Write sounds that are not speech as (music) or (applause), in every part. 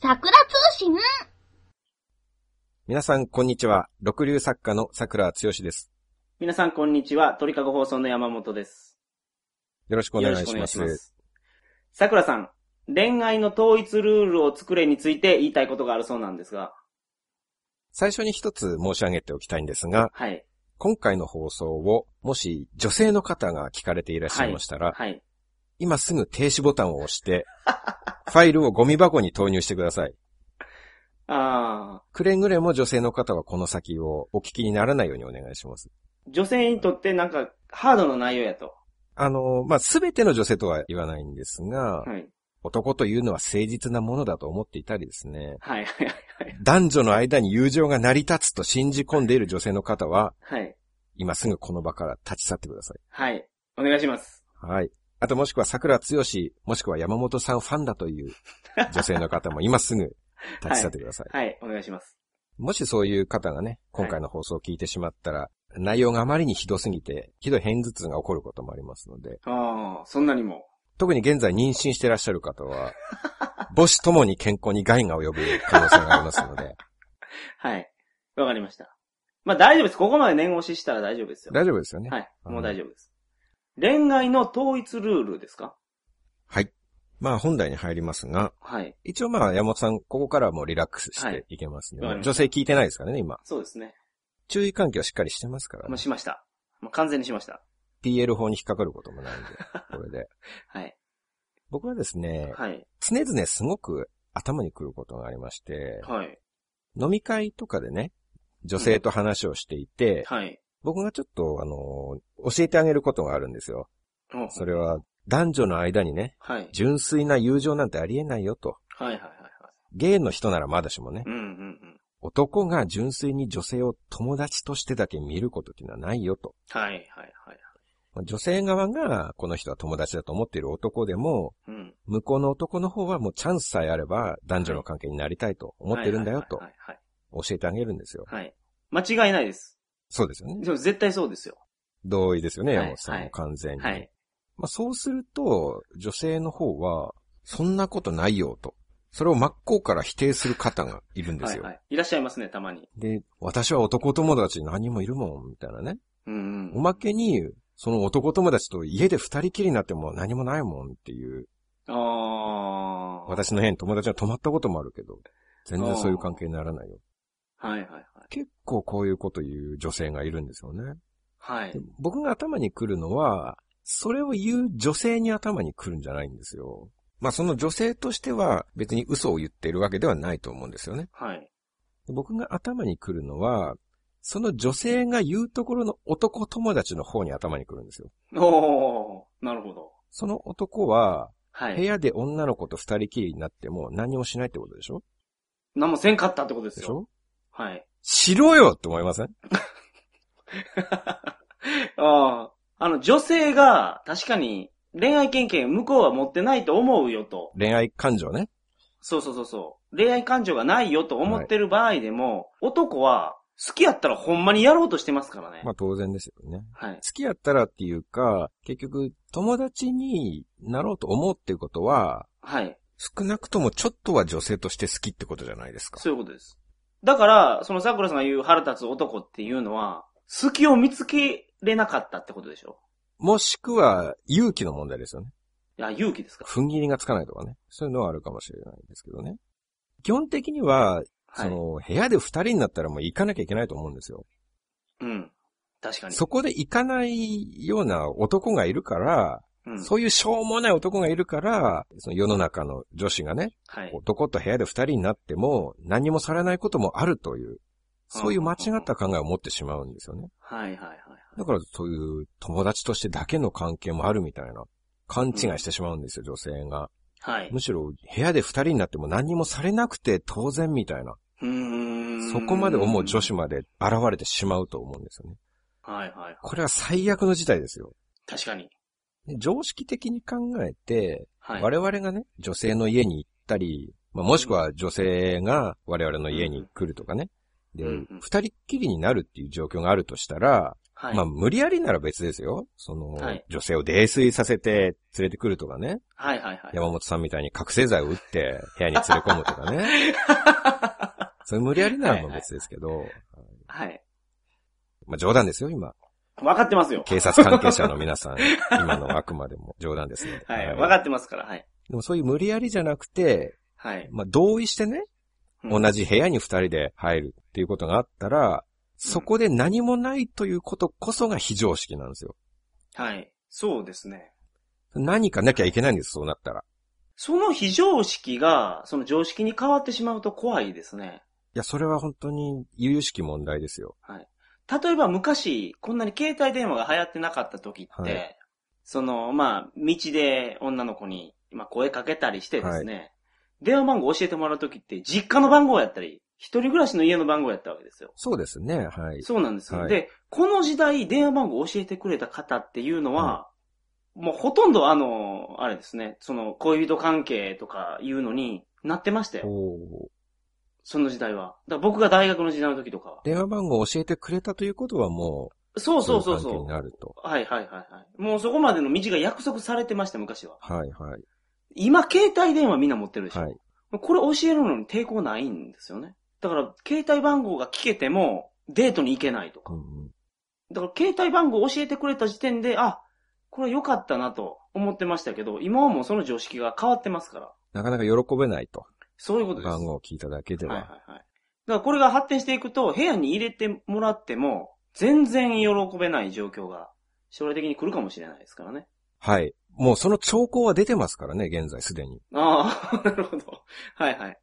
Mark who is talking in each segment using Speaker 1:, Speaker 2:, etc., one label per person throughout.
Speaker 1: 桜通信
Speaker 2: 皆さん、こんにちは。六流作家の桜剛です。
Speaker 3: 皆さん、こんにちは。鳥かご放送の山本です。
Speaker 2: よろしくお願いします。
Speaker 3: す。さくらさん、恋愛の統一ルールを作れについて言いたいことがあるそうなんですが。
Speaker 2: 最初に一つ申し上げておきたいんですが、
Speaker 3: はい。
Speaker 2: 今回の放送を、もし女性の方が聞かれていらっしゃいましたら、
Speaker 3: はい。
Speaker 2: 今すぐ停止ボタンを押して、 (laughs) ファイルをゴミ箱に投入してください。
Speaker 3: あ
Speaker 2: くれぐれも女性の方はこの先をお聞きにならないようにお願いします。
Speaker 3: ー、女性にとってなんか、ハードの内容やと。
Speaker 2: あの、まあ、すべての女性とは言わないんですが、
Speaker 3: はい。
Speaker 2: 男というのは誠実なものだと思っていたりですね、
Speaker 3: はい、はい、
Speaker 2: 男女の間に友情が成り立つと信じ込んでいる女性の方は、
Speaker 3: はい。
Speaker 2: 今すぐこの場から立ち去ってください。
Speaker 3: はい。お願いします。
Speaker 2: はい。あともしくは桜剛、もしくは山本さんファンだと
Speaker 3: (laughs)
Speaker 2: いう女性の方も今すぐ立ち去ってください。
Speaker 3: はい、お願いします。
Speaker 2: もしそういう方がね、今回の放送を聞いてしまったら、内容があまりにひどすぎて、ひどい偏頭痛が起こることもありますので、
Speaker 3: ああ、そんなにも。
Speaker 2: 特に現在妊娠してらっしゃる方
Speaker 3: (laughs)
Speaker 2: は、母子ともに健康に害が及ぶ可能性がありますの
Speaker 3: (laughs)
Speaker 2: で、
Speaker 3: はい。わかりました。まあ大丈夫です。ここまで念押ししたら大丈夫ですよ。
Speaker 2: 大丈夫ですよね。
Speaker 3: はい。もう大丈夫です。恋愛の統一ルールですか
Speaker 2: はい。まあ本題に入りますが、
Speaker 3: はい。
Speaker 2: 一応まあ山本さん、ここからはもうリラックスし
Speaker 3: は
Speaker 2: て
Speaker 3: い
Speaker 2: いけますね。
Speaker 3: わかりました
Speaker 2: 女性聞いてないですからね、今。
Speaker 3: そうですね。
Speaker 2: 注意喚起はしっかりしてますから、
Speaker 3: もう
Speaker 2: ね。
Speaker 3: しました。もう完全にしました。
Speaker 2: PL 法に引っかかることもない
Speaker 3: (laughs)
Speaker 2: んで、これで。
Speaker 3: はい。
Speaker 2: 僕はですね、
Speaker 3: はい。
Speaker 2: 常々すごく頭にくることがありまして、
Speaker 3: はい。
Speaker 2: 飲み会とかでね、女性と話をしていて、
Speaker 3: はい。
Speaker 2: 僕がちょっと、あの、教えてあげることがあるんですよ。
Speaker 3: お
Speaker 2: それは、男女の間にね、
Speaker 3: はい。
Speaker 2: 純粋な友情なんてありえないよと。
Speaker 3: はいはいはいはい。
Speaker 2: ゲイの人ならまだしもね
Speaker 3: う、んうんうん。
Speaker 2: 男が純粋に女性を友達としてだけ見ることっていうのはないよと。
Speaker 3: はいはいはい。
Speaker 2: まあ女性側が、この人は友達だと思っている男でも、
Speaker 3: うん。
Speaker 2: 向こうの男の方はもうチャンスさえあれば男女の関係になりたいと思ってるんだよと
Speaker 3: はいはい
Speaker 2: 教えてあげるんですよ。
Speaker 3: はいはい。間違いないです。
Speaker 2: そうですよね。
Speaker 3: でも絶対そうですよ。
Speaker 2: 同意ですよね、
Speaker 3: はい
Speaker 2: 山本さんも完全に。
Speaker 3: はい。
Speaker 2: まあ、そうすると、女性の方は、そんなことないよと。それを真っ向から否定する方がいるんで
Speaker 3: は
Speaker 2: す
Speaker 3: い
Speaker 2: よ。
Speaker 3: はい。いらっしゃいますね、たまに。
Speaker 2: で、私は男友達何人もいるもん、みたいなね。
Speaker 3: うんうん。
Speaker 2: おまけに、その男友達と家で二人きりになっても何もないもんっていう、
Speaker 3: ああー。
Speaker 2: 私の変友達が泊まったこともあるけど、全然そういう関係にならないよ。
Speaker 3: はいはいはい。
Speaker 2: 結構こういうこと言う女性がいるんですよね。
Speaker 3: はい
Speaker 2: で。僕が頭に来るのは、それを言う女性に頭に来るんじゃないんですよ。まあその女性としては別に嘘を言っているわけではないと思うんですよね。
Speaker 3: はい。
Speaker 2: で僕が頭に来るのは、その女性が言うところの男友達の方に頭に来るんですよ。
Speaker 3: おー、なるほど。
Speaker 2: その男は、
Speaker 3: は
Speaker 2: 部
Speaker 3: い。
Speaker 2: 屋で女の子と二人きりになっても何もしないってことでしょ
Speaker 3: 何もせんかったってことです
Speaker 2: でし
Speaker 3: よ。
Speaker 2: ょ
Speaker 3: はい。
Speaker 2: しろよって思いません
Speaker 3: ああ、あの、女性が、確かに、恋愛経験向こうは持ってないと思うよと。
Speaker 2: 恋愛感情ね。
Speaker 3: そうそうそうそう。恋愛感情がないよと思ってる場合でも、男は、好きやったらほんまにやろうとしてますからね。
Speaker 2: まあ当然ですよね。
Speaker 3: はい。
Speaker 2: 好きやったらっていうか、結局、友達になろうと思うっていうことは、
Speaker 3: はい。
Speaker 2: 少なくともちょっとは女性として好きってことじゃないですか。
Speaker 3: そういうことです。だから、その桜さんが言う腹立つ男っていうのは、好きを見つけれなかったってことでしょ
Speaker 2: もしくは、勇気の問題ですよね。
Speaker 3: いや、勇気ですか
Speaker 2: 踏ん切りがつかないとかね。そういうのはあるかもしれないですけどね。基本的には、
Speaker 3: は
Speaker 2: そ
Speaker 3: い。
Speaker 2: の、部屋で二人になったらもう行かなきゃいけないと思うんですよ。
Speaker 3: うん。確かに。
Speaker 2: そこで行かないような男がいるから、
Speaker 3: うん。
Speaker 2: そういうしょうもない男がいるから、その世の中の女子がね、
Speaker 3: はい。
Speaker 2: 男と部屋で二人になっても何もされないこともあるという、そういう間違った考えを持ってしまうんですよね。
Speaker 3: はいはいはいはい。
Speaker 2: だからそういう友達としてだけの関係もあるみたいな勘違いしてしまうんですよ、女性が。
Speaker 3: はい。
Speaker 2: むしろ部屋で二人になっても何もされなくて当然みたいな、
Speaker 3: うーん
Speaker 2: そこまで思う女子まで現れてしまうと思うんですよね。
Speaker 3: はいはい。
Speaker 2: これは最悪の事態ですよ。
Speaker 3: 確かに。
Speaker 2: で常識的に考えて、
Speaker 3: はい。
Speaker 2: 我々がね、女性の家に行ったり、まあ、もしくは女性が我々の家に来るとかね。で
Speaker 3: うん、
Speaker 2: 二人っきりになるっていう状況があるとしたら、
Speaker 3: はい。
Speaker 2: まあ、無理やりなら別ですよ。その、
Speaker 3: はい
Speaker 2: 女性を泥酔させて連れてくるとかね。
Speaker 3: はいはいはい。
Speaker 2: 山本さんみたいに覚醒剤を打って部屋に連れ込むとかね。
Speaker 3: (laughs)
Speaker 2: それ無理やりならまあ別ですけど、
Speaker 3: はい。
Speaker 2: まあ冗談ですよ、今。
Speaker 3: わかってますよ。
Speaker 2: 警察関係者の皆さん、今のあくまでも冗談ですね。
Speaker 3: はい。わかってますから、はい。
Speaker 2: でもそういう無理やりじゃなくて、
Speaker 3: はい。
Speaker 2: まあ同意してね、
Speaker 3: うん
Speaker 2: 同じ部屋に二人で入るっていうことがあったら、そこで何もないということこそが非常識なんですよ。
Speaker 3: はい。そうですね。
Speaker 2: 何かなきゃいけないんです、そうなったら。
Speaker 3: その非常識が、その常識に変わってしまうと怖いですね。
Speaker 2: いや、それは本当に、由々しき問題ですよ。
Speaker 3: 例えば昔、こんなに携帯電話が流行ってなかった時って、
Speaker 2: はい
Speaker 3: その、まあ、道で女の子に、まあ、声かけたりしてですね、電話番号教えてもらう時って、実家の番号やったり、一人暮らしの家の番号やったわけですよ。
Speaker 2: そうですね、はい。
Speaker 3: そうなんですよ。
Speaker 2: はい
Speaker 3: で、この時代、電話番号を教えてくれた方っていうのは、もうほとんどあの、あれですね、その恋人関係とかいうのになってましたよ。
Speaker 2: おー
Speaker 3: その時代は。だから僕が大学の時代の時とかは。
Speaker 2: 電話番号を教えてくれたということはも、
Speaker 3: そううそうそう
Speaker 2: い関係に
Speaker 3: そう。
Speaker 2: なると。
Speaker 3: はいはいはいはい。もうそこまでの道が約束されてました、昔は。
Speaker 2: はい、はい、
Speaker 3: 今、携帯電話みんな持ってるでしょ。
Speaker 2: はい。
Speaker 3: これ教えるのに抵抗ないんですよね。だから、携帯番号が聞けても、デートに行けないとか
Speaker 2: う。んうん
Speaker 3: だから携帯番号を教えてくれた時点で、あ、これ良かったなと思ってましたけど、今はもうその常識が変わってますから。
Speaker 2: なかなか喜べないと。
Speaker 3: そういうことです。
Speaker 2: 番号を聞いただけで
Speaker 3: はいはい
Speaker 2: は。
Speaker 3: はい。だからこれが発展していくと、部屋に入れてもらっても、全然喜べない状況が、将来的に来るかもしれないですからね。
Speaker 2: はい。もうその兆候は出てますからね、現在すでに。
Speaker 3: あ (laughs) あ、なるほど。はいはい。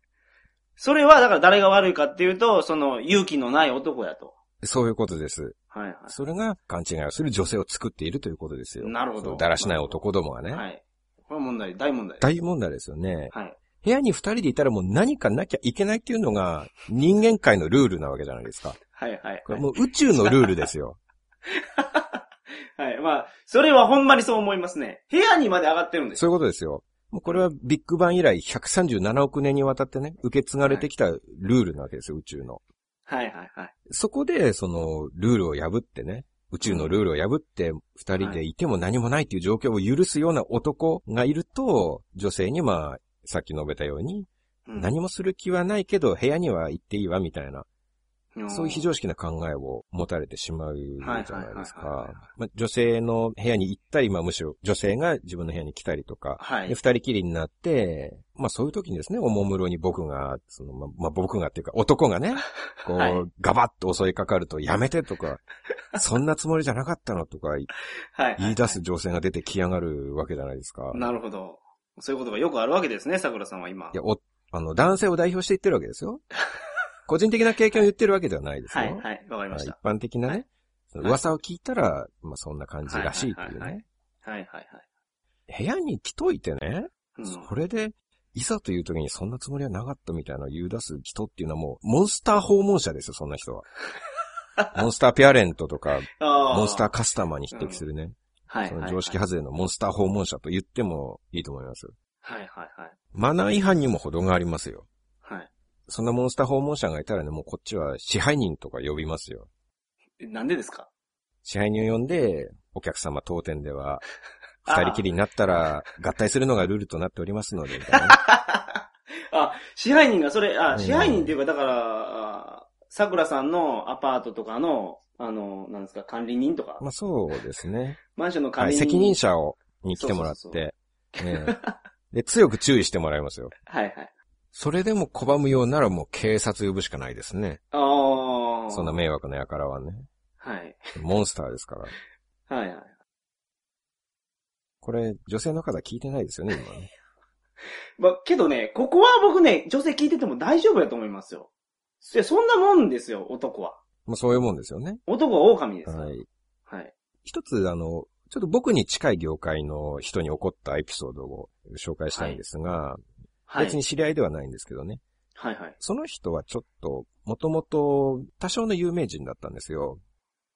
Speaker 3: それは、だから誰が悪いかっていうと、その勇気のない男やと。
Speaker 2: そういうことです。
Speaker 3: はいはい。
Speaker 2: それが勘違いをする女性を作っているということですよ。
Speaker 3: なるほど
Speaker 2: そのだらしない男どもがね。
Speaker 3: はい。これは問題、大問題です。
Speaker 2: 大問題ですよね。
Speaker 3: はい。
Speaker 2: 部屋に二人でいたらもう何かなきゃいけないっていうのが人間界のルールなわけじゃないですか。
Speaker 3: はいはい
Speaker 2: これ
Speaker 3: はい。
Speaker 2: もう宇宙のルールです (laughs) よ。
Speaker 3: はい。まあ、それはほんまにそう思いますね。部屋にまで上がってるんです
Speaker 2: そうい
Speaker 3: よ。
Speaker 2: うことですよ。もうこれはビッグバン以来137億年にわたってね、受け継がれてきたルールなわけですよ、宇宙の。
Speaker 3: はいはいはい。
Speaker 2: そこで、その、ルールを破ってね、宇宙のルールを破って、二人でいても何もないっていう状況を許すような男がいると、女性にまあ、さっき述べたように、
Speaker 3: うん
Speaker 2: 何もする気はないけど、部屋には行っていいわ、みたいな、
Speaker 3: ん
Speaker 2: そういう非常識な考えを持たれてしまうじゃないです
Speaker 3: はいはいはいはいはい
Speaker 2: か。まあ女性の部屋に行ったり、まあむしろ女性が自分の部屋に来たりとか、
Speaker 3: は
Speaker 2: で、二
Speaker 3: い。
Speaker 2: 人きりになって、まあそういう時にですね、おもむろに僕が、その、まあまあ僕がっていうか男
Speaker 3: (laughs)
Speaker 2: がね、こう、
Speaker 3: はい
Speaker 2: ガバッと襲いかかるとやめてと
Speaker 3: (laughs)
Speaker 2: か、そんなつもりじゃなかったのとか
Speaker 3: はい。
Speaker 2: 言い出す女性が出てきやがるわけじゃないですか。
Speaker 3: なるほど。そういうことがよくあるわけですね、桜さんは今。
Speaker 2: いや、お、あの、男性を代表して言ってるわけです
Speaker 3: (laughs)
Speaker 2: よ。個人的な経験を言ってるわけではないですよ。
Speaker 3: はいはい。わかり
Speaker 2: ま
Speaker 3: ま
Speaker 2: あ
Speaker 3: し
Speaker 2: 一
Speaker 3: た。
Speaker 2: 般的なね、その噂を聞いたら、まあそんな感じらしいっていう
Speaker 3: はいはいはいは
Speaker 2: ね。
Speaker 3: はいはいはい。
Speaker 2: 部屋に来といてね、
Speaker 3: うん
Speaker 2: それで、いざという時にそんなつもりはなかったみたいなのを言い出す人っていうのはもう、モンスター訪問者ですよ、そんな人は。 (laughs) モンスターペアレントとか、
Speaker 3: あ
Speaker 2: モンスターカスタマーに匹敵するね。
Speaker 3: はい
Speaker 2: そ
Speaker 3: はいは
Speaker 2: の
Speaker 3: い。
Speaker 2: 常識外れのモンスター訪問者と言ってもいいと思います。
Speaker 3: はいはいはい。
Speaker 2: マナー違反にも程がありますよ。
Speaker 3: はい。
Speaker 2: そんなモンスター訪問者がいたらね、もうこっちは支配人とか呼びますよ。
Speaker 3: えなんでですか (laughs)
Speaker 2: 支配人を呼んで、お客様当店で
Speaker 3: (laughs)
Speaker 2: は、
Speaker 3: あ
Speaker 2: 二
Speaker 3: ー
Speaker 2: 人きりになったら、合体するのがルールとなっておりますので、みた
Speaker 3: (laughs)
Speaker 2: いなね。
Speaker 3: あ、支配人がそれ、
Speaker 2: う
Speaker 3: あ、
Speaker 2: ん
Speaker 3: 支配人っていうか、だから、あ桜さんのアパートとかの、あの、なんですか、管理人とか、
Speaker 2: まあそうですね。
Speaker 3: マンションの管
Speaker 2: は
Speaker 3: 理
Speaker 2: い、
Speaker 3: 人。
Speaker 2: 責任。者を、に来てもらっ
Speaker 3: そうそ
Speaker 2: て、ねえで、強く注意してもらいますよ。
Speaker 3: はいはい。
Speaker 2: それでも拒むようならもう警察呼ぶしかないですね。
Speaker 3: ああ。
Speaker 2: そんな迷惑な輩はね。
Speaker 3: はい。
Speaker 2: モンスターですから。
Speaker 3: はいはい。
Speaker 2: これ、女性の方聞いてないですよね、今ね。
Speaker 3: まあ、けどね、ここは僕ね、女性聞いてても大丈夫やと思いますよ。いや、そんなもんですよ、男は。
Speaker 2: まあそういうもんですよね。
Speaker 3: 男は狼ですから。
Speaker 2: は
Speaker 3: はい。
Speaker 2: い。一つ、あの、ちょっと僕に近い業界の人に起こったエピソードを紹介したいんですが、
Speaker 3: はい。
Speaker 2: 別に知り合いではないんですけどね。
Speaker 3: はいはい。
Speaker 2: その人はちょっと、もともと多少の有名人だったんですよ。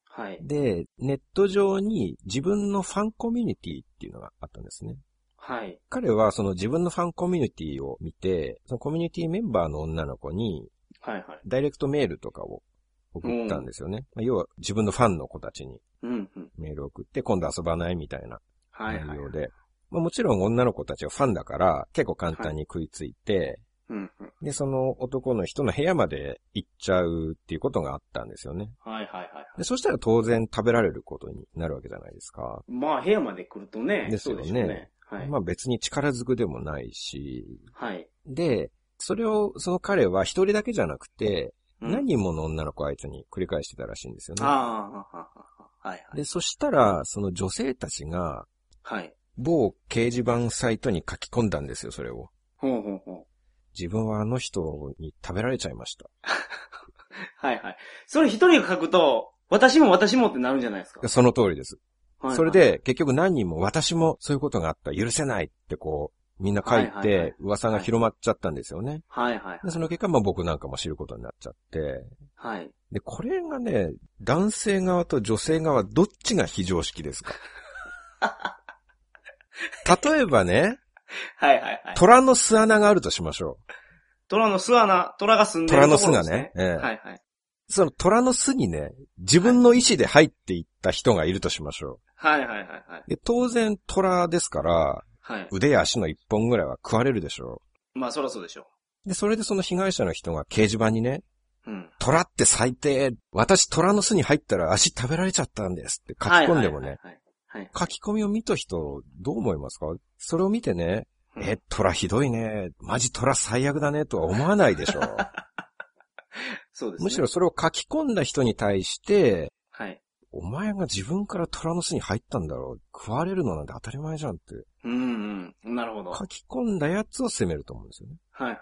Speaker 3: はい。
Speaker 2: で、ネット上に自分のファンコミュニティっていうのがあったんですね。
Speaker 3: はい。
Speaker 2: 彼はその自分のファンコミュニティを見て、そのコミュニティメンバーの女の子に
Speaker 3: はいはい。
Speaker 2: ダイレクトメールとかを送ったんですよね。まあ要は自分のファンの子たちに
Speaker 3: うん、うん。
Speaker 2: メールを送って、今度遊ばないみたいな
Speaker 3: はい、
Speaker 2: 内
Speaker 3: はい。
Speaker 2: 容で。まあ、もちろん女の子たちはファンだから、結構簡単に食いついて、
Speaker 3: うん、うん。
Speaker 2: で、その男の人の部屋まで行っちゃうっていうことがあったんですよね。
Speaker 3: はい、はい、はい。
Speaker 2: で、そしたら当然食べられることになるわけじゃないですか。
Speaker 3: まあ、部屋まで来るとね。
Speaker 2: ですよね
Speaker 3: そうでしょうね。はい。
Speaker 2: まあ別に力ずくでもないし、
Speaker 3: はい。
Speaker 2: で、それを、その彼は一人だけじゃなくて、
Speaker 3: うん
Speaker 2: 何人もの女の子を相手に繰り返してたらしいんですよね。
Speaker 3: ああ、ああああはい、はい。
Speaker 2: で、そしたら、その女性たちが、
Speaker 3: はい。
Speaker 2: 某掲示板サイトに書き込んだんですよ、それを。
Speaker 3: ほうほうほう。
Speaker 2: 自分はあの人に食べられちゃいました。
Speaker 3: はい、はい。それ一人が書くと、私も私もってなるんじゃないですか。
Speaker 2: その通りです。
Speaker 3: はいはい
Speaker 2: それ、で、結局何人も私もそういうことがあった、許せないってこう、みんな書い
Speaker 3: はいはいはい
Speaker 2: て、噂が広まっちゃったんですよね。
Speaker 3: はい、はい
Speaker 2: で、その結果、まあ僕なんかも知ることになっちゃって、
Speaker 3: はい、はい。
Speaker 2: で、これがね、男性側と女性側どっちが非常識です
Speaker 3: (laughs)
Speaker 2: か例えばね、
Speaker 3: はい、はい、はい。
Speaker 2: 虎の巣穴があるとしましょ
Speaker 3: 虎の巣穴、虎が住んでるところ
Speaker 2: 虎の
Speaker 3: ですね。
Speaker 2: 巣がねええ
Speaker 3: はい、はい。
Speaker 2: う。その虎の巣にね、自分の意思で入っていった人がいるとしましょ。。
Speaker 3: はい、はい、はい、はいう
Speaker 2: で、当然虎ですから、
Speaker 3: はい。
Speaker 2: 腕や足の一本ぐらいは食われるでしょ
Speaker 3: まあ、そらそうでしょ
Speaker 2: う。で、それでその被害者の人が掲示板にね、
Speaker 3: う。うん。
Speaker 2: 虎って最低、私虎の巣に入ったら足食べられちゃったんですって書き込んでもね、
Speaker 3: はい。はいはい
Speaker 2: 書き込みを見た人、どう思いますかそれを見てね、
Speaker 3: はい。
Speaker 2: え、虎ひどいね。マジ虎最悪だね、とは思わないでしょう。
Speaker 3: (laughs) そうですね。
Speaker 2: むしろ、それを書き込んだ人に対して、
Speaker 3: はい。
Speaker 2: お前が自分から虎の巣に入ったんだろう。食われるのなんて当たり前じゃんって。
Speaker 3: うん、うん。なるほど。は
Speaker 2: 書
Speaker 3: い、
Speaker 2: き込んだやつを責めると思うんですよね。
Speaker 3: はい、はい。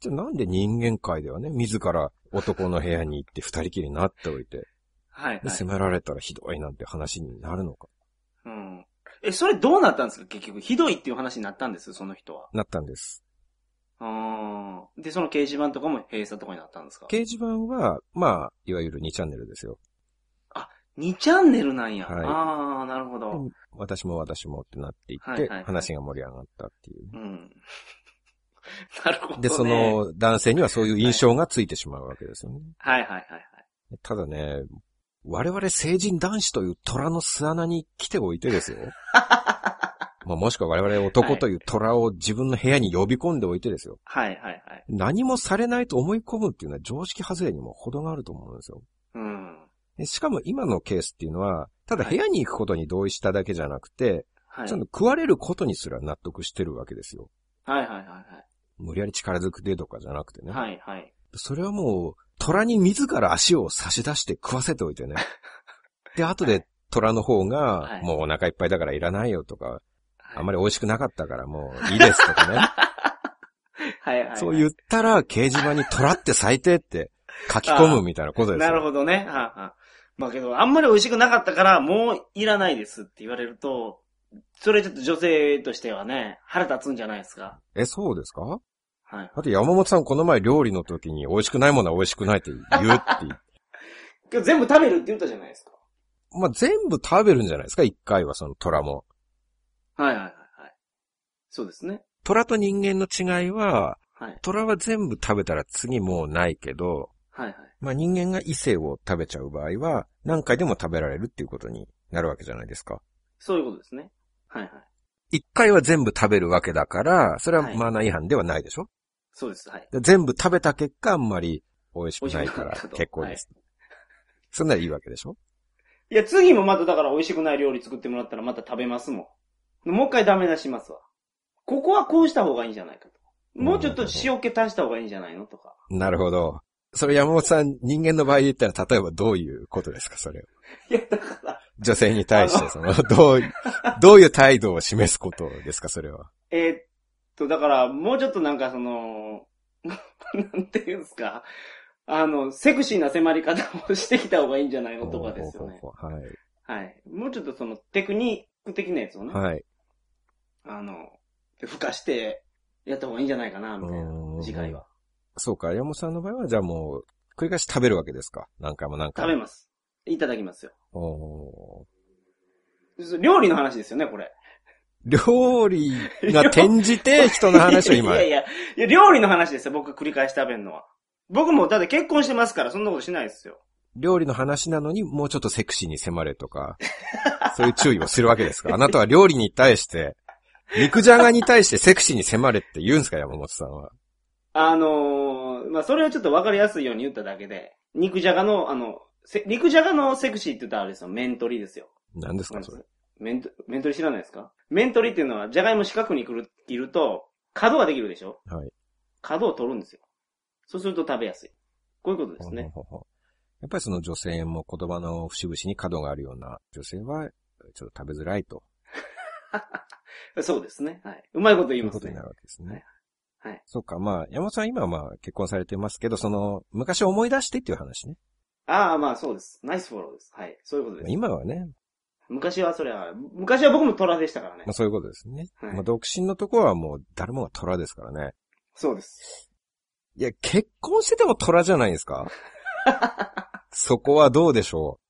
Speaker 2: じゃあなんで人間界ではね、自ら男の部屋に行って二人きりになっておいて、
Speaker 3: はい、
Speaker 2: で、
Speaker 3: はい。
Speaker 2: 責められたらひどいなんて話になるのか。
Speaker 3: うん。え、それどうなったんですか結局、ひどいっていう話になったんですその人は。
Speaker 2: なったんです。
Speaker 3: あーで、その掲示板とかも閉鎖とかになったんですか
Speaker 2: 掲示板は、まあ、いわゆる2チャンネルですよ。
Speaker 3: 2チャンネルなんや。
Speaker 2: はい
Speaker 3: ああ、なるほど。
Speaker 2: 私も私もってなっていって、
Speaker 3: はいはいはい
Speaker 2: 話が盛り上がったっていうね、
Speaker 3: うん。 (laughs) なるほど、ね。
Speaker 2: で、そ、の男性にはそういう印象がついてしまうわけですよね。
Speaker 3: はいはいはいはい。
Speaker 2: ただね、我々成人男子という虎の巣穴に来ておいて
Speaker 3: (laughs)
Speaker 2: ですよ。まあ、もしくは我々男という虎を自分の部屋に呼び込んでおいてですよ。
Speaker 3: はいはいはい。
Speaker 2: 何もされないと思い込むっていうのは常識外れにも程があると思うんですよ。
Speaker 3: うん。
Speaker 2: でしかも今のケースっていうのは、ただ部屋に行くことに同意しただけじゃなくて、
Speaker 3: はい。
Speaker 2: ちゃんと食われることにすら納得してるわけですよ。
Speaker 3: はいはいはいはい。
Speaker 2: 無理やり力づくでとかじゃなくてね。
Speaker 3: はいはい。
Speaker 2: それはもう、虎に自ら足を差し出して食わせておい
Speaker 3: (laughs)
Speaker 2: てね。で、後
Speaker 3: は
Speaker 2: で虎の方が、
Speaker 3: はい
Speaker 2: もうお腹いっぱいだからいらないよとか、あんま
Speaker 3: り、
Speaker 2: り美味しくなかったからもういいですとか
Speaker 3: (laughs)
Speaker 2: ね。
Speaker 3: はいはいはい。
Speaker 2: そう言ったら掲示板に虎って最低って書き込むみたいなことです
Speaker 3: な
Speaker 2: よ。
Speaker 3: るほどね。はあはあまあけど、あんまり美味しくなかったから、もういらないですって言われると、それちょっと女性としてはね、腹立つんじゃないですか。
Speaker 2: え、そうですか
Speaker 3: はい。
Speaker 2: だって山本さんこの前料理の時に美味しくないものは美味しくないって言うって (laughs) 言う。
Speaker 3: けど全部食べるって言ったじゃないですか。
Speaker 2: まあ、全部食べるんじゃないですか一回はその虎も。
Speaker 3: はいはいはいはい。そうですね。
Speaker 2: 虎と人間の違いは、
Speaker 3: はい。
Speaker 2: 虎は全部食べたら次もうないけど、
Speaker 3: はいはい。
Speaker 2: まあ人間が異性を食べちゃう場合は、何回でも食べられるっていうことになるわけじゃないですか。
Speaker 3: そういうことですね。はいはい。
Speaker 2: 一回は全部食べるわけだから、それは
Speaker 3: はい
Speaker 2: マナー違反ではないでしょ、
Speaker 3: そうです。はい。
Speaker 2: で全部食べた結果、あんまり美味しくないから
Speaker 3: 美味しくなかったと
Speaker 2: 結構です。そんならいいわけでしょ
Speaker 3: いや、次もまただから美味しくない料理作ってもらったらまた食べますもん。もう一回ダメ出しますわ。ここはこうした方がいいんじゃないかと。もうちょっと塩気足した方がいいんじゃないのとか。
Speaker 2: なるほど。それ山本さん、人間の場合で言ったら、例えばどういうことですかそれを。
Speaker 3: いや、だから、
Speaker 2: 女性に対して、その、どうい、どういう態度を示すことですかそれは。
Speaker 3: えーっと、だから、もうちょっとなんかその、なんていうんですか、あの、セクシーな迫り方をしてきた方がいいんじゃないのとかですよね。
Speaker 2: ほうほうほうはい。
Speaker 3: はい。もうちょっとそのテクニック的なやつをね、
Speaker 2: はい。
Speaker 3: あの、付加してやった方がいいんじゃないかな、みたいう
Speaker 2: ーん
Speaker 3: な。次回は。
Speaker 2: そうか、山本さんの場合は、じゃあもう、繰り返し食べるわけですか何回も何回
Speaker 3: 食
Speaker 2: も。
Speaker 3: べます。いただきますよ。
Speaker 2: おー
Speaker 3: 料理の話ですよね、これ。
Speaker 2: 料理が転じて人の話を今
Speaker 3: (laughs) いや。いや、いや料理の話ですよ、僕繰り返し食べるのは。僕も、だって結婚してますから、そんなことしないですよ。
Speaker 2: 料理の話なのにもうちょっとセクシーに迫れとか、 (laughs) そういう注意をするわけですから、あなたは料理に対して、肉じゃがに対してセクシーに迫れって言うんですか、山本さんは。
Speaker 3: あのーまあ、それをちょっとわかりやすいように言っただけで、肉じゃがの、あの、せ肉じゃがのセクシーって言ったらあれですよ、面取りですよ。
Speaker 2: 何ですか、それ。
Speaker 3: 面と、面取り知らないですか面取りっていうのは、じゃがいも四角にくる、切ると、角ができるでしょ
Speaker 2: はい。
Speaker 3: 角を取るんですよ。そうすると食べやすい。こういうことですね。
Speaker 2: ほうほうほうやっぱりその女性も言葉の節々に角があるような女性は、ちょっと食べづらいと。
Speaker 3: (laughs) そうですね。はい。うまいこと言
Speaker 2: い
Speaker 3: いうま
Speaker 2: こ
Speaker 3: す
Speaker 2: とに
Speaker 3: ね
Speaker 2: な。るわけです
Speaker 3: は
Speaker 2: ね
Speaker 3: い。はい。
Speaker 2: そうか、まあ、山本さん今はまあ結婚されてますけど、その、昔を思い出してっていう話ね。
Speaker 3: ああ、まあそうです。ナイスフォローです。はい。そういうことです。
Speaker 2: 今はね、
Speaker 3: 昔はそれは、昔は僕も虎でしたからね
Speaker 2: まあ。そういうことですね。
Speaker 3: はい
Speaker 2: まあ独身のところはもう誰もが虎ですからね。
Speaker 3: そうです。
Speaker 2: いや、結婚してても虎じゃないですかそこはどうでしょ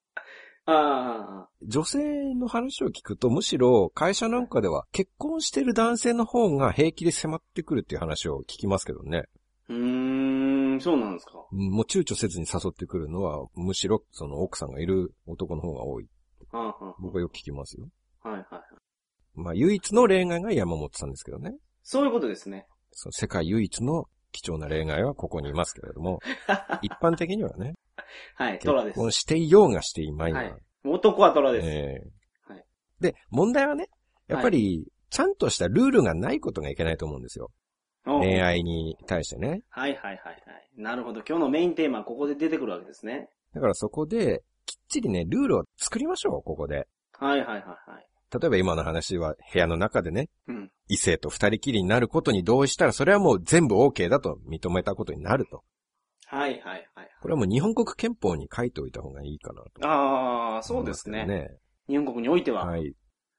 Speaker 3: ああ、
Speaker 2: う。女性の話を聞くと、むしろ会社なんかでは結婚してる男性の方が平気で迫ってくるっていう話を聞きますけどね。
Speaker 3: うーん、そうなんですか。
Speaker 2: うんもう躊躇せずに誘ってくるのは、むしろその奥さんがいる男の方が多い。
Speaker 3: あああ
Speaker 2: 僕はよく聞きますよ。
Speaker 3: あはいはい。
Speaker 2: まあ唯一の例外が山本さんですけどね。
Speaker 3: そういうことですね。 (laughs)
Speaker 2: その世界唯一の貴重な例外はここにいますけれども、一般的にはね、
Speaker 3: はい、
Speaker 2: 結
Speaker 3: 虎です。
Speaker 2: 婚していようがしていまいが、
Speaker 3: はい男は虎です。
Speaker 2: ええ
Speaker 3: はい
Speaker 2: で、問題はね、やっぱり、ちゃんとしたルールがないことがいけないと思うんですよ。
Speaker 3: おう
Speaker 2: 恋愛に対してね。
Speaker 3: はいはいはいはい。なるほど。今日のメインテーマはここで出てくるわけですね。
Speaker 2: だからそこで、きっちりね、ルールを作りましょう、ここで。
Speaker 3: はいはいはいはい。
Speaker 2: 例えば今の話は、部屋の中でね、
Speaker 3: うん。
Speaker 2: 異性と二人きりになることに同意したら、それはもう全部 OK だと認めたことになると。
Speaker 3: はいはいはいはい。
Speaker 2: これはもう日本国憲法に書いておいた方がいいかなと。
Speaker 3: ああ、そうですね。
Speaker 2: ね。
Speaker 3: 日本国においては。
Speaker 2: はい。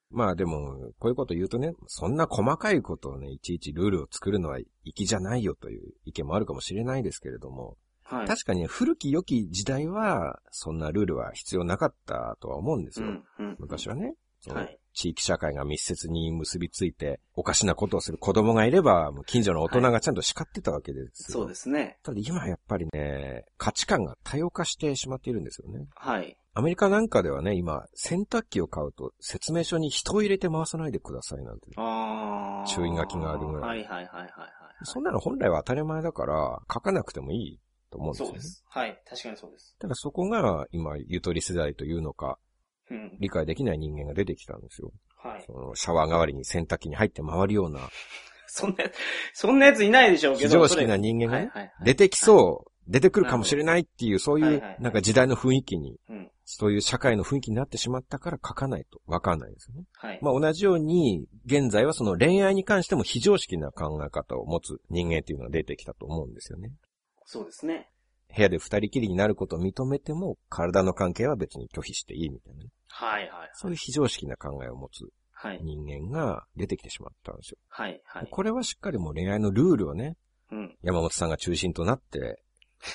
Speaker 2: まあでも、こういうこと言うとね、そんな細かいことをね、いちいちルールを作るのは粋じゃないよという意見もあるかもしれないですけれども、
Speaker 3: はい。
Speaker 2: 確かにね古き良き時代は、そんなルールは必要なかったとは思うんですよ。
Speaker 3: うんうん、
Speaker 2: 昔はね。その
Speaker 3: はい
Speaker 2: 地域社会が密接に結びついて、おかしなことをする子供がいれば、もう近所の大人がちゃんと叱ってたわけですよ。
Speaker 3: そうですね。
Speaker 2: ただ今はやっぱりね、価値観が多様化してしまっているんですよね。
Speaker 3: はい。
Speaker 2: アメリカなんかではね、今、洗濯機を買うと説明書に人を入れて回さないでくださいなんて。
Speaker 3: ああ。
Speaker 2: 注意書きがあるぐらい
Speaker 3: はいはいはいはい、はい。
Speaker 2: そんなの本来は当たり前だから、書かなくてもいいと思うんです
Speaker 3: そ
Speaker 2: よ
Speaker 3: う
Speaker 2: ね
Speaker 3: で。す。はい。確かにそうです。
Speaker 2: ただそこが今、ゆとり世代というのか、
Speaker 3: うん。
Speaker 2: 理解できない人間が出てきたんですよ。
Speaker 3: はい
Speaker 2: そ。のシャワー代わりに洗濯機に入って回るような、
Speaker 3: そんな、そんなやついないでしょうけ
Speaker 2: 非
Speaker 3: ど。
Speaker 2: 常識な
Speaker 3: 人
Speaker 2: 人間がね、
Speaker 3: はいはいはい、
Speaker 2: 出てきそう、出てくるかもしれないっていう、そうい
Speaker 3: はいうはいはい、
Speaker 2: なんか時代の雰囲気に、
Speaker 3: うん。
Speaker 2: そういう社会の雰囲気になってしまったから書かないとわかんないですよね。
Speaker 3: はい。
Speaker 2: まあ、同じように、現在はその恋愛に関しても非常識な考え方を持つ人間っていうのが出てきたと思うんですよね。
Speaker 3: そうですね。
Speaker 2: 部屋で二人きりになることを認めても、体の関係は別に拒否していいみたいなね。
Speaker 3: はいはい。
Speaker 2: そういう非常識な考えを持つ
Speaker 3: はい。
Speaker 2: 人間が出てきてしまったんですよ。
Speaker 3: はいはい。
Speaker 2: これはしっかりもう恋愛のルールをね、
Speaker 3: うん。
Speaker 2: 山本さんが中心となって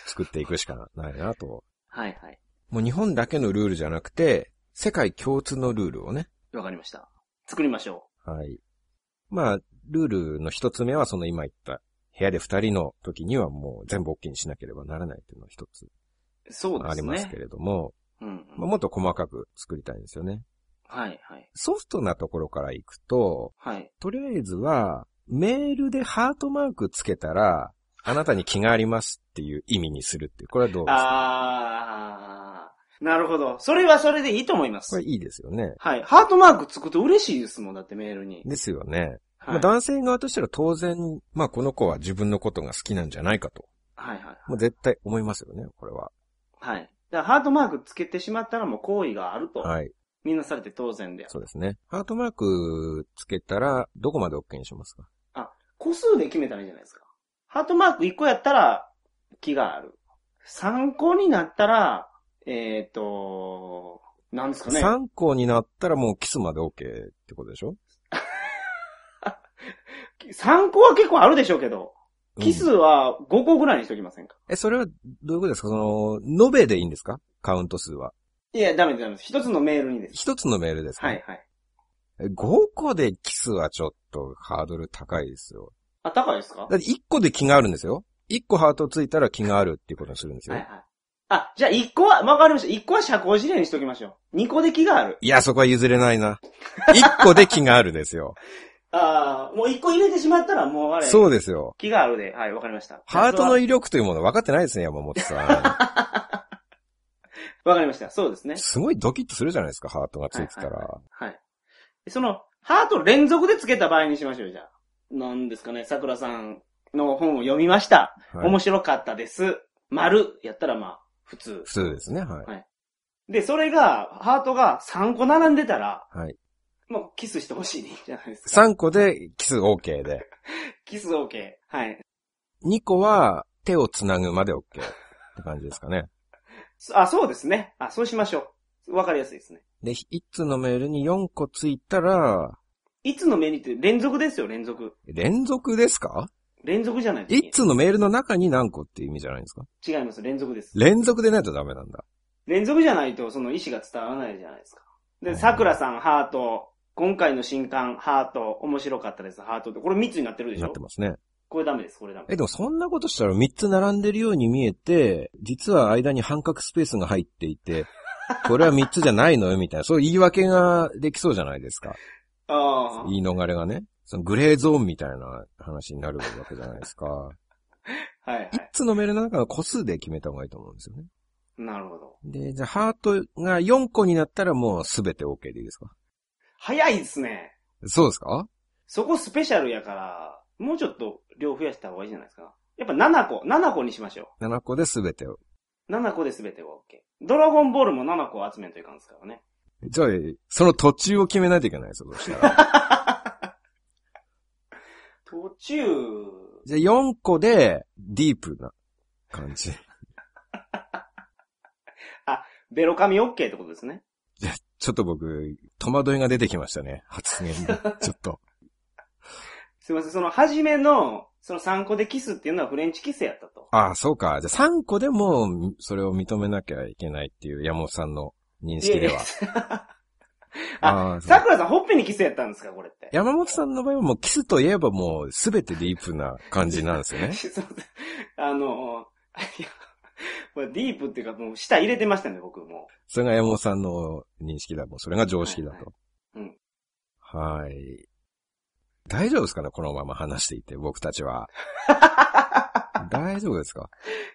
Speaker 2: 作っていくしかないなと。
Speaker 3: はいはい。
Speaker 2: もう日本だけのルールじゃなくて、世界共通のルールをね、
Speaker 3: わかりました。作りましょ
Speaker 2: はい。まあ、ルールの一つ目はその今言った、部屋で二人の時にはもう全部 OK にしなければならないというのが一つ
Speaker 3: う。そうですね。
Speaker 2: ありますけれども、
Speaker 3: うん。
Speaker 2: まあもっと細かく作りたいんですよね。
Speaker 3: はいはい。
Speaker 2: ソフトなところから行くと、
Speaker 3: はい。
Speaker 2: とりあえずは、メールでハートマークつけたら、あなたに気がありますっていう意味にするっていう、これはどうですか
Speaker 3: あー。なるほど。それはそれでいいと思いま
Speaker 2: こ
Speaker 3: す
Speaker 2: れ。いいですよね。
Speaker 3: はい。ハートマークつくと嬉しいですもん、だってメールに。
Speaker 2: ですよね。ま
Speaker 3: は
Speaker 2: あ
Speaker 3: い。はい
Speaker 2: 男性側としては当然、まあこの子は自分のことが好きなんじゃないかと。
Speaker 3: はいはい。
Speaker 2: もう絶対思いますよね、これは。
Speaker 3: はい。だからハートマークつけてしまったらもう好意があると。
Speaker 2: はい。
Speaker 3: みんなされて当然で。
Speaker 2: そうですね。ハートマークつけたら、どこまで OK にしますか
Speaker 3: 個数で決めたらいいじゃないですか。ハートマーク1個やったら気がある。3個になったら、えっ、ー、と、なんですかね。
Speaker 2: ?3 個になったらもうキスまで OK ってことでしょ
Speaker 3: 3個は結構あるでしょうけど、キス
Speaker 2: うん
Speaker 3: は5個ぐらいにしときませんか、
Speaker 2: え、それはどういうことですかその、延べでいいんですかカウント数は。
Speaker 3: いや、ダメです、ダメです。1つのメールにです。
Speaker 2: 1つのメールですか、
Speaker 3: はい、はい。
Speaker 2: 5個でキスはちょっとハードル高いですよ。
Speaker 3: あ、高いですか
Speaker 2: だって1個で気があるんですよ。1個ハートついたら気があるっていうことにするんです
Speaker 3: は
Speaker 2: よ。
Speaker 3: いはい。あ、じゃあ1個は、わかりました。1個は社交辞令にしときましょう。2個で気がある。
Speaker 2: いや、そこは譲れないな。一個で気があるです
Speaker 3: (laughs)
Speaker 2: よ。
Speaker 3: ああ、もう1個入れてしまったらもうあれ。
Speaker 2: そうですよ。
Speaker 3: 気があるで。はい、わかりました。
Speaker 2: ハート
Speaker 3: じゃ
Speaker 2: の
Speaker 3: あそれは
Speaker 2: 威力というもの分かってないですね、山本さ
Speaker 3: わかりました。そうですね
Speaker 2: ん。。すごいドキッとするじゃないですか、ハートがついてたら。
Speaker 3: はい。その、ハート連続でつけた場合にしましょう、じゃあ。なんですかね、桜さんの本を読みました。
Speaker 2: はい
Speaker 3: 面白かったです。丸、やったらまあ、普通。
Speaker 2: 普通ですね、はい。
Speaker 3: で、それが、ハートが3個並んでたら、
Speaker 2: はい。
Speaker 3: もうキスしてほしいでいいんじゃないですか。
Speaker 2: 3個でキス OK で。
Speaker 3: キス OK。はい。
Speaker 2: 2個は手をつなぐまで OK って感じですかね。
Speaker 3: そあ、そうですね。あ、そうしましょう。わかりやすいですね。
Speaker 2: で、1通のメールに4個ついたら、
Speaker 3: いつの目にって連続ですよ、連続。
Speaker 2: 連続ですか
Speaker 3: 連続じゃないです
Speaker 2: 一通のメールの中に何個って意味じゃないですか
Speaker 3: 違います、連続です。
Speaker 2: 連続でないとダメなんだ。
Speaker 3: 連続じゃないと、その意思が伝わらないじゃないですか。
Speaker 2: う
Speaker 3: で、
Speaker 2: ん
Speaker 3: 桜さん、ハート、今回の新刊、ハート、面白かったです、ハートって。これ3つになってるでし
Speaker 2: な
Speaker 3: ょ
Speaker 2: ってますね。
Speaker 3: これダメです、これダメ
Speaker 2: え、でもそんなことしたら3つ並んでるように見えて、実は間に半角スペースが入っていて、これは3つじゃないのよ、みたいな。そういう言い訳ができそうじゃないですか。
Speaker 3: あ
Speaker 2: 言い逃れがね。そのグレーゾーンみたいな話になるわけじゃないです (laughs) か。
Speaker 3: あ。はいはい
Speaker 2: 一。つのメールの中の個数で決めた方がいいと思うんですよね。
Speaker 3: なるほど。
Speaker 2: で、じゃあ、ハートが4個になったらもうすべて OK でいいですか
Speaker 3: 早いですね。
Speaker 2: そうですか
Speaker 3: そこスペシャルやから、もうちょっと量増やした方がいいじゃないですか。やっぱ7個、7個にしましょ
Speaker 2: ?7 個ですべてを。
Speaker 3: う。7個で全てが OK。ドラゴンボールも7個集めんといかんですからね。
Speaker 2: じゃあ、その途中を決めないといけないですよ、そしたら。 (laughs)
Speaker 3: 途中、
Speaker 2: じゃあ、4個で、ディープな感じ。
Speaker 3: ベロ紙 OK ってことですね。
Speaker 2: ちょっと僕、戸惑いが出てきましたね、発言に。 (laughs) ちょっと。
Speaker 3: すいません、その初めの、その3個でキスっていうのはフレンチキスやったと。
Speaker 2: ああ、そうか。じゃあ、3個でも、それを認めなきゃいけないっていう、山本さんの認識では。ああそう
Speaker 3: 桜さん、ほっぺにキスやったんですか、これって。
Speaker 2: 山本さんの場合はもうキスといえばもうすべてディープな感じなんです
Speaker 3: (laughs)
Speaker 2: よね。
Speaker 3: すいませんあの、いやこれディープっていうか、もう舌入れてましたね、僕も
Speaker 2: (laughs) それが山本さんの認識だ。もうそれが常識だと。
Speaker 3: はいは
Speaker 2: は
Speaker 3: い
Speaker 2: い。大丈夫ですかねこのまま話していて、僕たちは。大丈夫ですか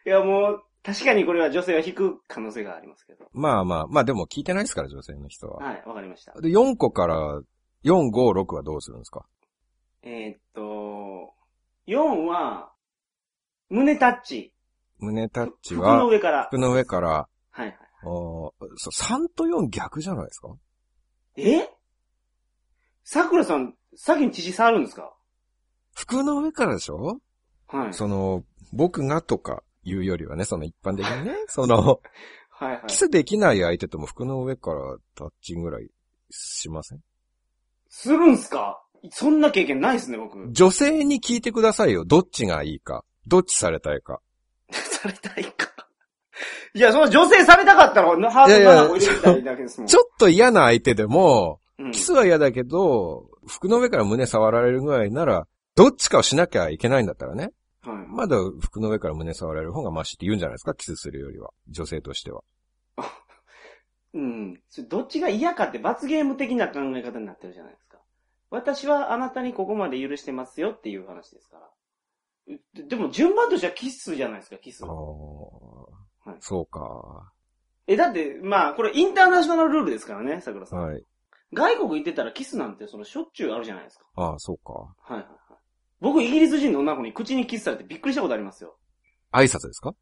Speaker 3: う。いや、もう、確かにこれは女性は引く可能性がありますけど。
Speaker 2: まあまあ、まあでも聞いてないですから、女性の人は。
Speaker 3: はい、わかりました。
Speaker 2: で、4個から、4、5、6はどうするんですか
Speaker 3: えーっと、4は、胸タッチ。
Speaker 2: 胸タッチ
Speaker 3: 服の
Speaker 2: は、
Speaker 3: 上から。
Speaker 2: 服の上から、
Speaker 3: はいはい。
Speaker 2: おーそう3と4逆じゃないですか
Speaker 3: え桜さん、先に父触るんですか
Speaker 2: 服の上からでしょ
Speaker 3: はい。
Speaker 2: その、僕がとか言うよりはね、その一般的にね、その、
Speaker 3: はいはい。
Speaker 2: キスできない相手とも服の上からタッチぐらいしません
Speaker 3: するんすかそんな経験ないっすね、僕。
Speaker 2: 女性に聞いてくださいよ。どっちがいいか。どっちされたいか。
Speaker 3: (laughs) されたいか。いや、その女性されたかったら、ハート7個入れてたらいいだけですもん。
Speaker 2: ちょっと嫌な相手でも、
Speaker 3: うん
Speaker 2: キスは嫌だけど、服の上から胸触られるぐらいなら、どっちかをしなきゃいけないんだったらね。
Speaker 3: はい
Speaker 2: まだ服の上から胸触られる方がマシって言うんじゃないですか。キスするよりは。女性としては。
Speaker 3: うん。それどっちが嫌かって罰ゲーム的な考え方になってるじゃないですか。私はあなたにここまで許してますよっていう話ですから。ででも順番としてはキスじゃないですか、キス
Speaker 2: あ。ー
Speaker 3: はい
Speaker 2: そうか。
Speaker 3: え、だって、まあ、これインターナショナルルールですからね、桜さん。
Speaker 2: はい。
Speaker 3: 外国行ってたらキスなんてそのしょっちゅうあるじゃないですか。
Speaker 2: ああ、そうか。
Speaker 3: はいはいはい。僕、イギリス人の女の子に口にキスされてびっくりしたことありますよ。
Speaker 2: 挨拶ですか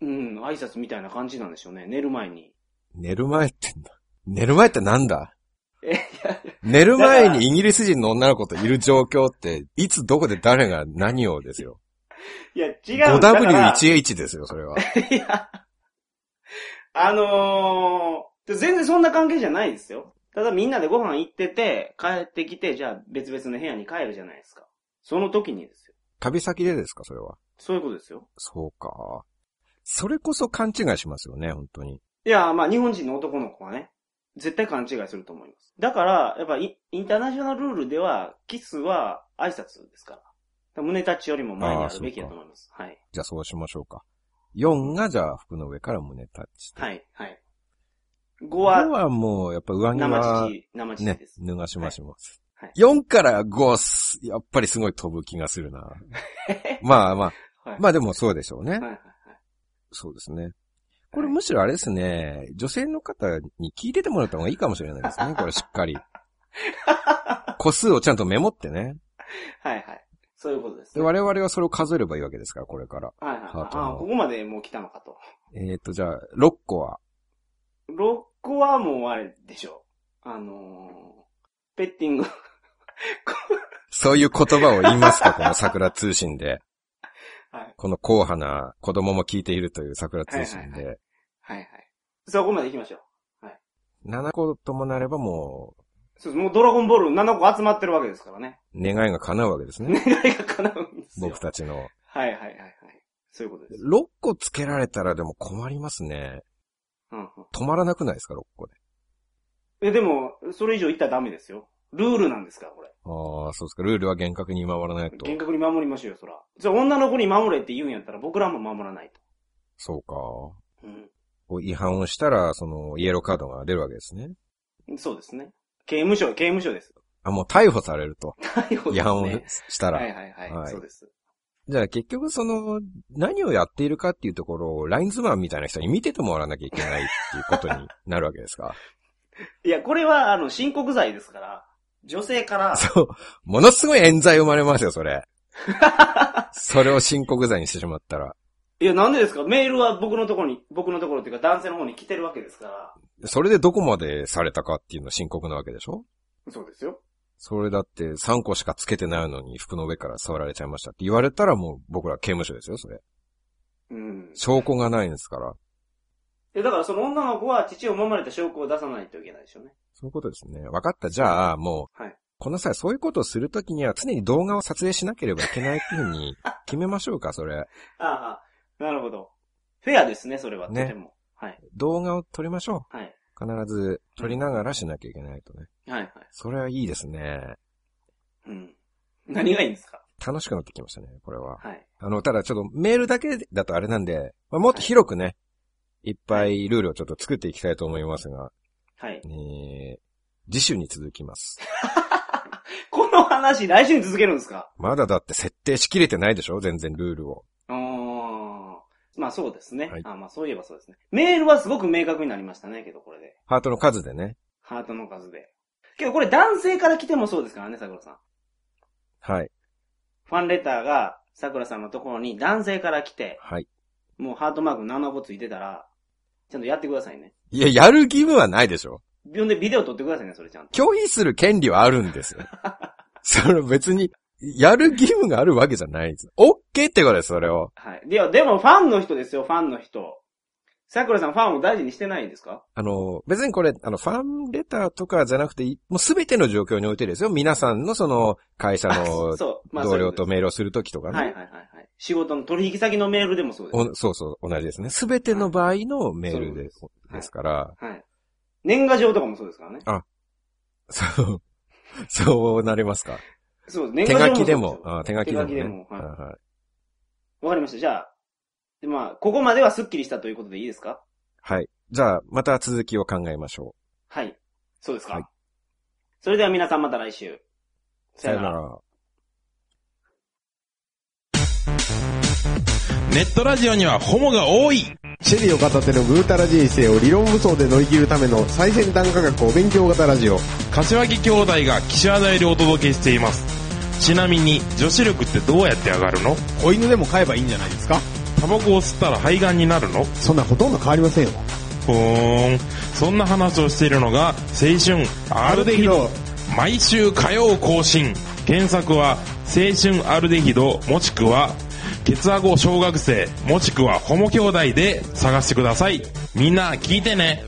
Speaker 3: うん、挨拶みたいな感じなんでしょうね、寝る前に。
Speaker 2: 寝る前ってんだ。寝る前ってなんだ
Speaker 3: えいや
Speaker 2: 寝る前にイギリス人の女の子といる状況って、いつどこで誰が何をですよ。
Speaker 3: いや、違うんだから
Speaker 2: 5W1H ですよ、それは。
Speaker 3: いや、あのー、全然そんな関係じゃないですよ。ただみんなでご飯行ってて、帰ってきて、じゃあ別々の部屋に帰るじゃないですか。その時にですよ。
Speaker 2: 旅先でですか、それは。
Speaker 3: そういうことですよ。
Speaker 2: そうか。それこそ勘違いしますよね、本当に。
Speaker 3: いや、まあ日本人の男の子はね、絶対勘違いすると思います。だから、やっぱイインターナショナルルールでは、キスは挨拶ですから。胸タッチよりも前にあるべきだと思います。はい。
Speaker 2: じゃあそうしましょうか。 4がじゃあ服の上から胸タッチと。
Speaker 3: はい、はい。5
Speaker 2: 5
Speaker 3: は、
Speaker 2: はもうやっぱ上着
Speaker 3: 生
Speaker 2: は
Speaker 3: 乳、生乳
Speaker 2: ね
Speaker 3: で、す。
Speaker 2: 脱がしまします。
Speaker 3: はい
Speaker 2: 4から5す、やっぱりすごい飛ぶ気がする
Speaker 3: (laughs)
Speaker 2: な。まあまあ、
Speaker 3: はい
Speaker 2: まあでもそうでしょうね。
Speaker 3: はいはいはい
Speaker 2: そうですね。これむしろあれですね、女性の方に聞いててもらった方がいいかもしれない
Speaker 3: (laughs)
Speaker 2: ですね。これしっかり。個数をちゃんとメモってね。
Speaker 3: はいはい。そういうことです
Speaker 2: で
Speaker 3: ね。
Speaker 2: 我々はそれを数えればいいわけですから、これから。
Speaker 3: はいはいはい。
Speaker 2: ハートの
Speaker 3: あここまでもう来たのかと。
Speaker 2: えっ、ー、と、じゃあ、6個は。
Speaker 3: 6個はもうあれでしょう。あのー、ペッティング。 (laughs)
Speaker 2: そういう言葉を言います
Speaker 3: (laughs)
Speaker 2: か、この桜通信で。
Speaker 3: はい
Speaker 2: この硬派な子供も聞いているという桜通信
Speaker 3: はい
Speaker 2: で。
Speaker 3: はいはい。そこまで行きましょう。
Speaker 2: 7個ともなればもう、
Speaker 3: そうです。もうドラゴンボール7個集まってるわけですからね。
Speaker 2: 願いが叶うわけですね。
Speaker 3: 願いが叶うんですよ。
Speaker 2: 僕たちの。
Speaker 3: はいはいはいはい。そういうことです。
Speaker 2: 6個つけられたらでも困りますね。
Speaker 3: うんうん。
Speaker 2: 止まらなくないですか、6個で。
Speaker 3: え、でも、それ以上言ったらダメですよ。ルールなんですから、これ。
Speaker 2: ああ、そうですか。ルールは厳格に守らないと。
Speaker 3: 厳格に守りましょうよ、そら。それ女の子に守れって言うんやったら、僕らも守らないと。
Speaker 2: そうか。
Speaker 3: う
Speaker 2: こう違反をしたら、その、イエローカードが出るわけですね。
Speaker 3: ん。そうですね。刑務所、刑務所です。
Speaker 2: あ、もう逮捕されると。
Speaker 3: 逮捕です、ね。
Speaker 2: 違反をしたら。
Speaker 3: はいはいはい。
Speaker 2: はい
Speaker 3: そうです。
Speaker 2: じゃあ結局その、何をやっているかっていうところを、ラインズマンみたいな人に見ててもらわなきゃいけないっていうことになるわけです
Speaker 3: (laughs)
Speaker 2: か
Speaker 3: いや、これは、あの、申告罪ですから、女性から、
Speaker 2: そう。ものすごい冤罪生まれますよ、そ
Speaker 3: (laughs)
Speaker 2: れ。それを申告罪にしてしまったら。
Speaker 3: いや、なんでですかメールは僕のところに、僕のところっていうか男性の方に来てるわけですから。
Speaker 2: それでどこまでされたかっていうの申告なわけでしょ
Speaker 3: そうですよ。
Speaker 2: それだって3個しかつけてないのに服の上から触られちゃいましたって言われたらもう僕ら刑務所ですよ、それ。
Speaker 3: うん。
Speaker 2: 証拠がないんですから。
Speaker 3: え、だからその女の子は父を守れた証拠を出さないといけないでしょうね。
Speaker 2: そういうことですね。分かった。じゃあ、もう、
Speaker 3: はい
Speaker 2: この際そういうことをするときには常に動画を撮影しなければいけないっていうふうに
Speaker 3: (laughs)
Speaker 2: 決めましょうか、それ。
Speaker 3: ああ、なるほど。フェアですね、それは。
Speaker 2: ね
Speaker 3: とても。はい。
Speaker 2: 動画を撮りましょ
Speaker 3: はい。
Speaker 2: う。必ず撮りながらしなきゃいけないとね。
Speaker 3: はいはい。
Speaker 2: それはいいですね。
Speaker 3: うん。何がいいんですか
Speaker 2: 楽しくなってきましたね、これは。
Speaker 3: はい。
Speaker 2: あの、ただちょっとメールだけだとあれなんで、まあ、もっと広くね、いっぱいルールをちょっと作っていきたいと思いますが、
Speaker 3: はい。
Speaker 2: えー、次週に続きます。
Speaker 3: この話、来週に続けるんですか
Speaker 2: まだだって設定しきれてないでしょ全然ルールを。
Speaker 3: うーん。まあそうですね。
Speaker 2: はい
Speaker 3: あまあそういえばそうですね。メールはすごく明確になりましたね、けどこれで。
Speaker 2: ハートの数でね。
Speaker 3: ハートの数で。けどこれ男性から来てもそうですからね、桜さん。
Speaker 2: はい。
Speaker 3: ファンレターが桜さんのところに男性から来て、
Speaker 2: はい。
Speaker 3: もうハートマーク7個ついてたら、ちゃんとやってくださいね。
Speaker 2: いや、やる義務はないでしょ
Speaker 3: ほんでビデオ撮ってくださいね、それちゃんと。
Speaker 2: 拒否する権利はあるんですよ。それ別に、やる義務があるわけじゃないんです。オッケーってことです、それを。
Speaker 3: はい。では、でもファンの人ですよ、ファンの人。桜さんファンを大事にしてないんですか
Speaker 2: あの、別にこれ、あの、ファンレターとかじゃなくて、いもうすべての状況においてですよ。皆さんのその、会社
Speaker 3: (laughs)
Speaker 2: の
Speaker 3: そう。
Speaker 2: 同僚と
Speaker 3: メ
Speaker 2: メールをするときとか
Speaker 3: ー
Speaker 2: ね。
Speaker 3: ル。はいはいはいはい。仕事の取引先のメールでもそうです。
Speaker 2: おそうそう、同じですね。すべての場合のメールで,、
Speaker 3: はい
Speaker 2: す
Speaker 3: そ
Speaker 2: から、
Speaker 3: はい。年賀状とかもそうですからね。
Speaker 2: そう、そうなりますか。
Speaker 3: そうです。
Speaker 2: 手
Speaker 3: 年賀
Speaker 2: 書
Speaker 3: 状
Speaker 2: きで
Speaker 3: そう
Speaker 2: も
Speaker 3: す、よ
Speaker 2: あ手書きでも、ね。
Speaker 3: 手書きでもはい
Speaker 2: はいはい
Speaker 3: わかりました。じゃあ、でまあ、ここまではスッキリしたということでいいですか
Speaker 2: はい。じゃあ、また続きを考えましょ
Speaker 3: はい。そうですか。
Speaker 2: はい
Speaker 3: それでは皆さんまた来週。
Speaker 2: う。
Speaker 3: さよなら。
Speaker 2: ら。
Speaker 1: ネットラジオにはホモが多い
Speaker 4: シェリーを片手のぐうたら人生を理論武装で乗り切るための最先端科学お勉強型ラジオ。
Speaker 1: 柏木兄弟が岸和田よりお届けしていますちなみに女子力ってどうやって上がるの
Speaker 4: 子犬でも飼えばいいんじゃないですか
Speaker 1: タバコを吸ったら肺がんになるの
Speaker 4: そんなほとんど変わりませんよ。
Speaker 1: ふーんそんな話をしているのが青春アルデヒド毎週火曜更新検索は青春アルデヒドもしくはケツアゴ小学生もしくはホモ兄弟で探してくださいみんな聞いてね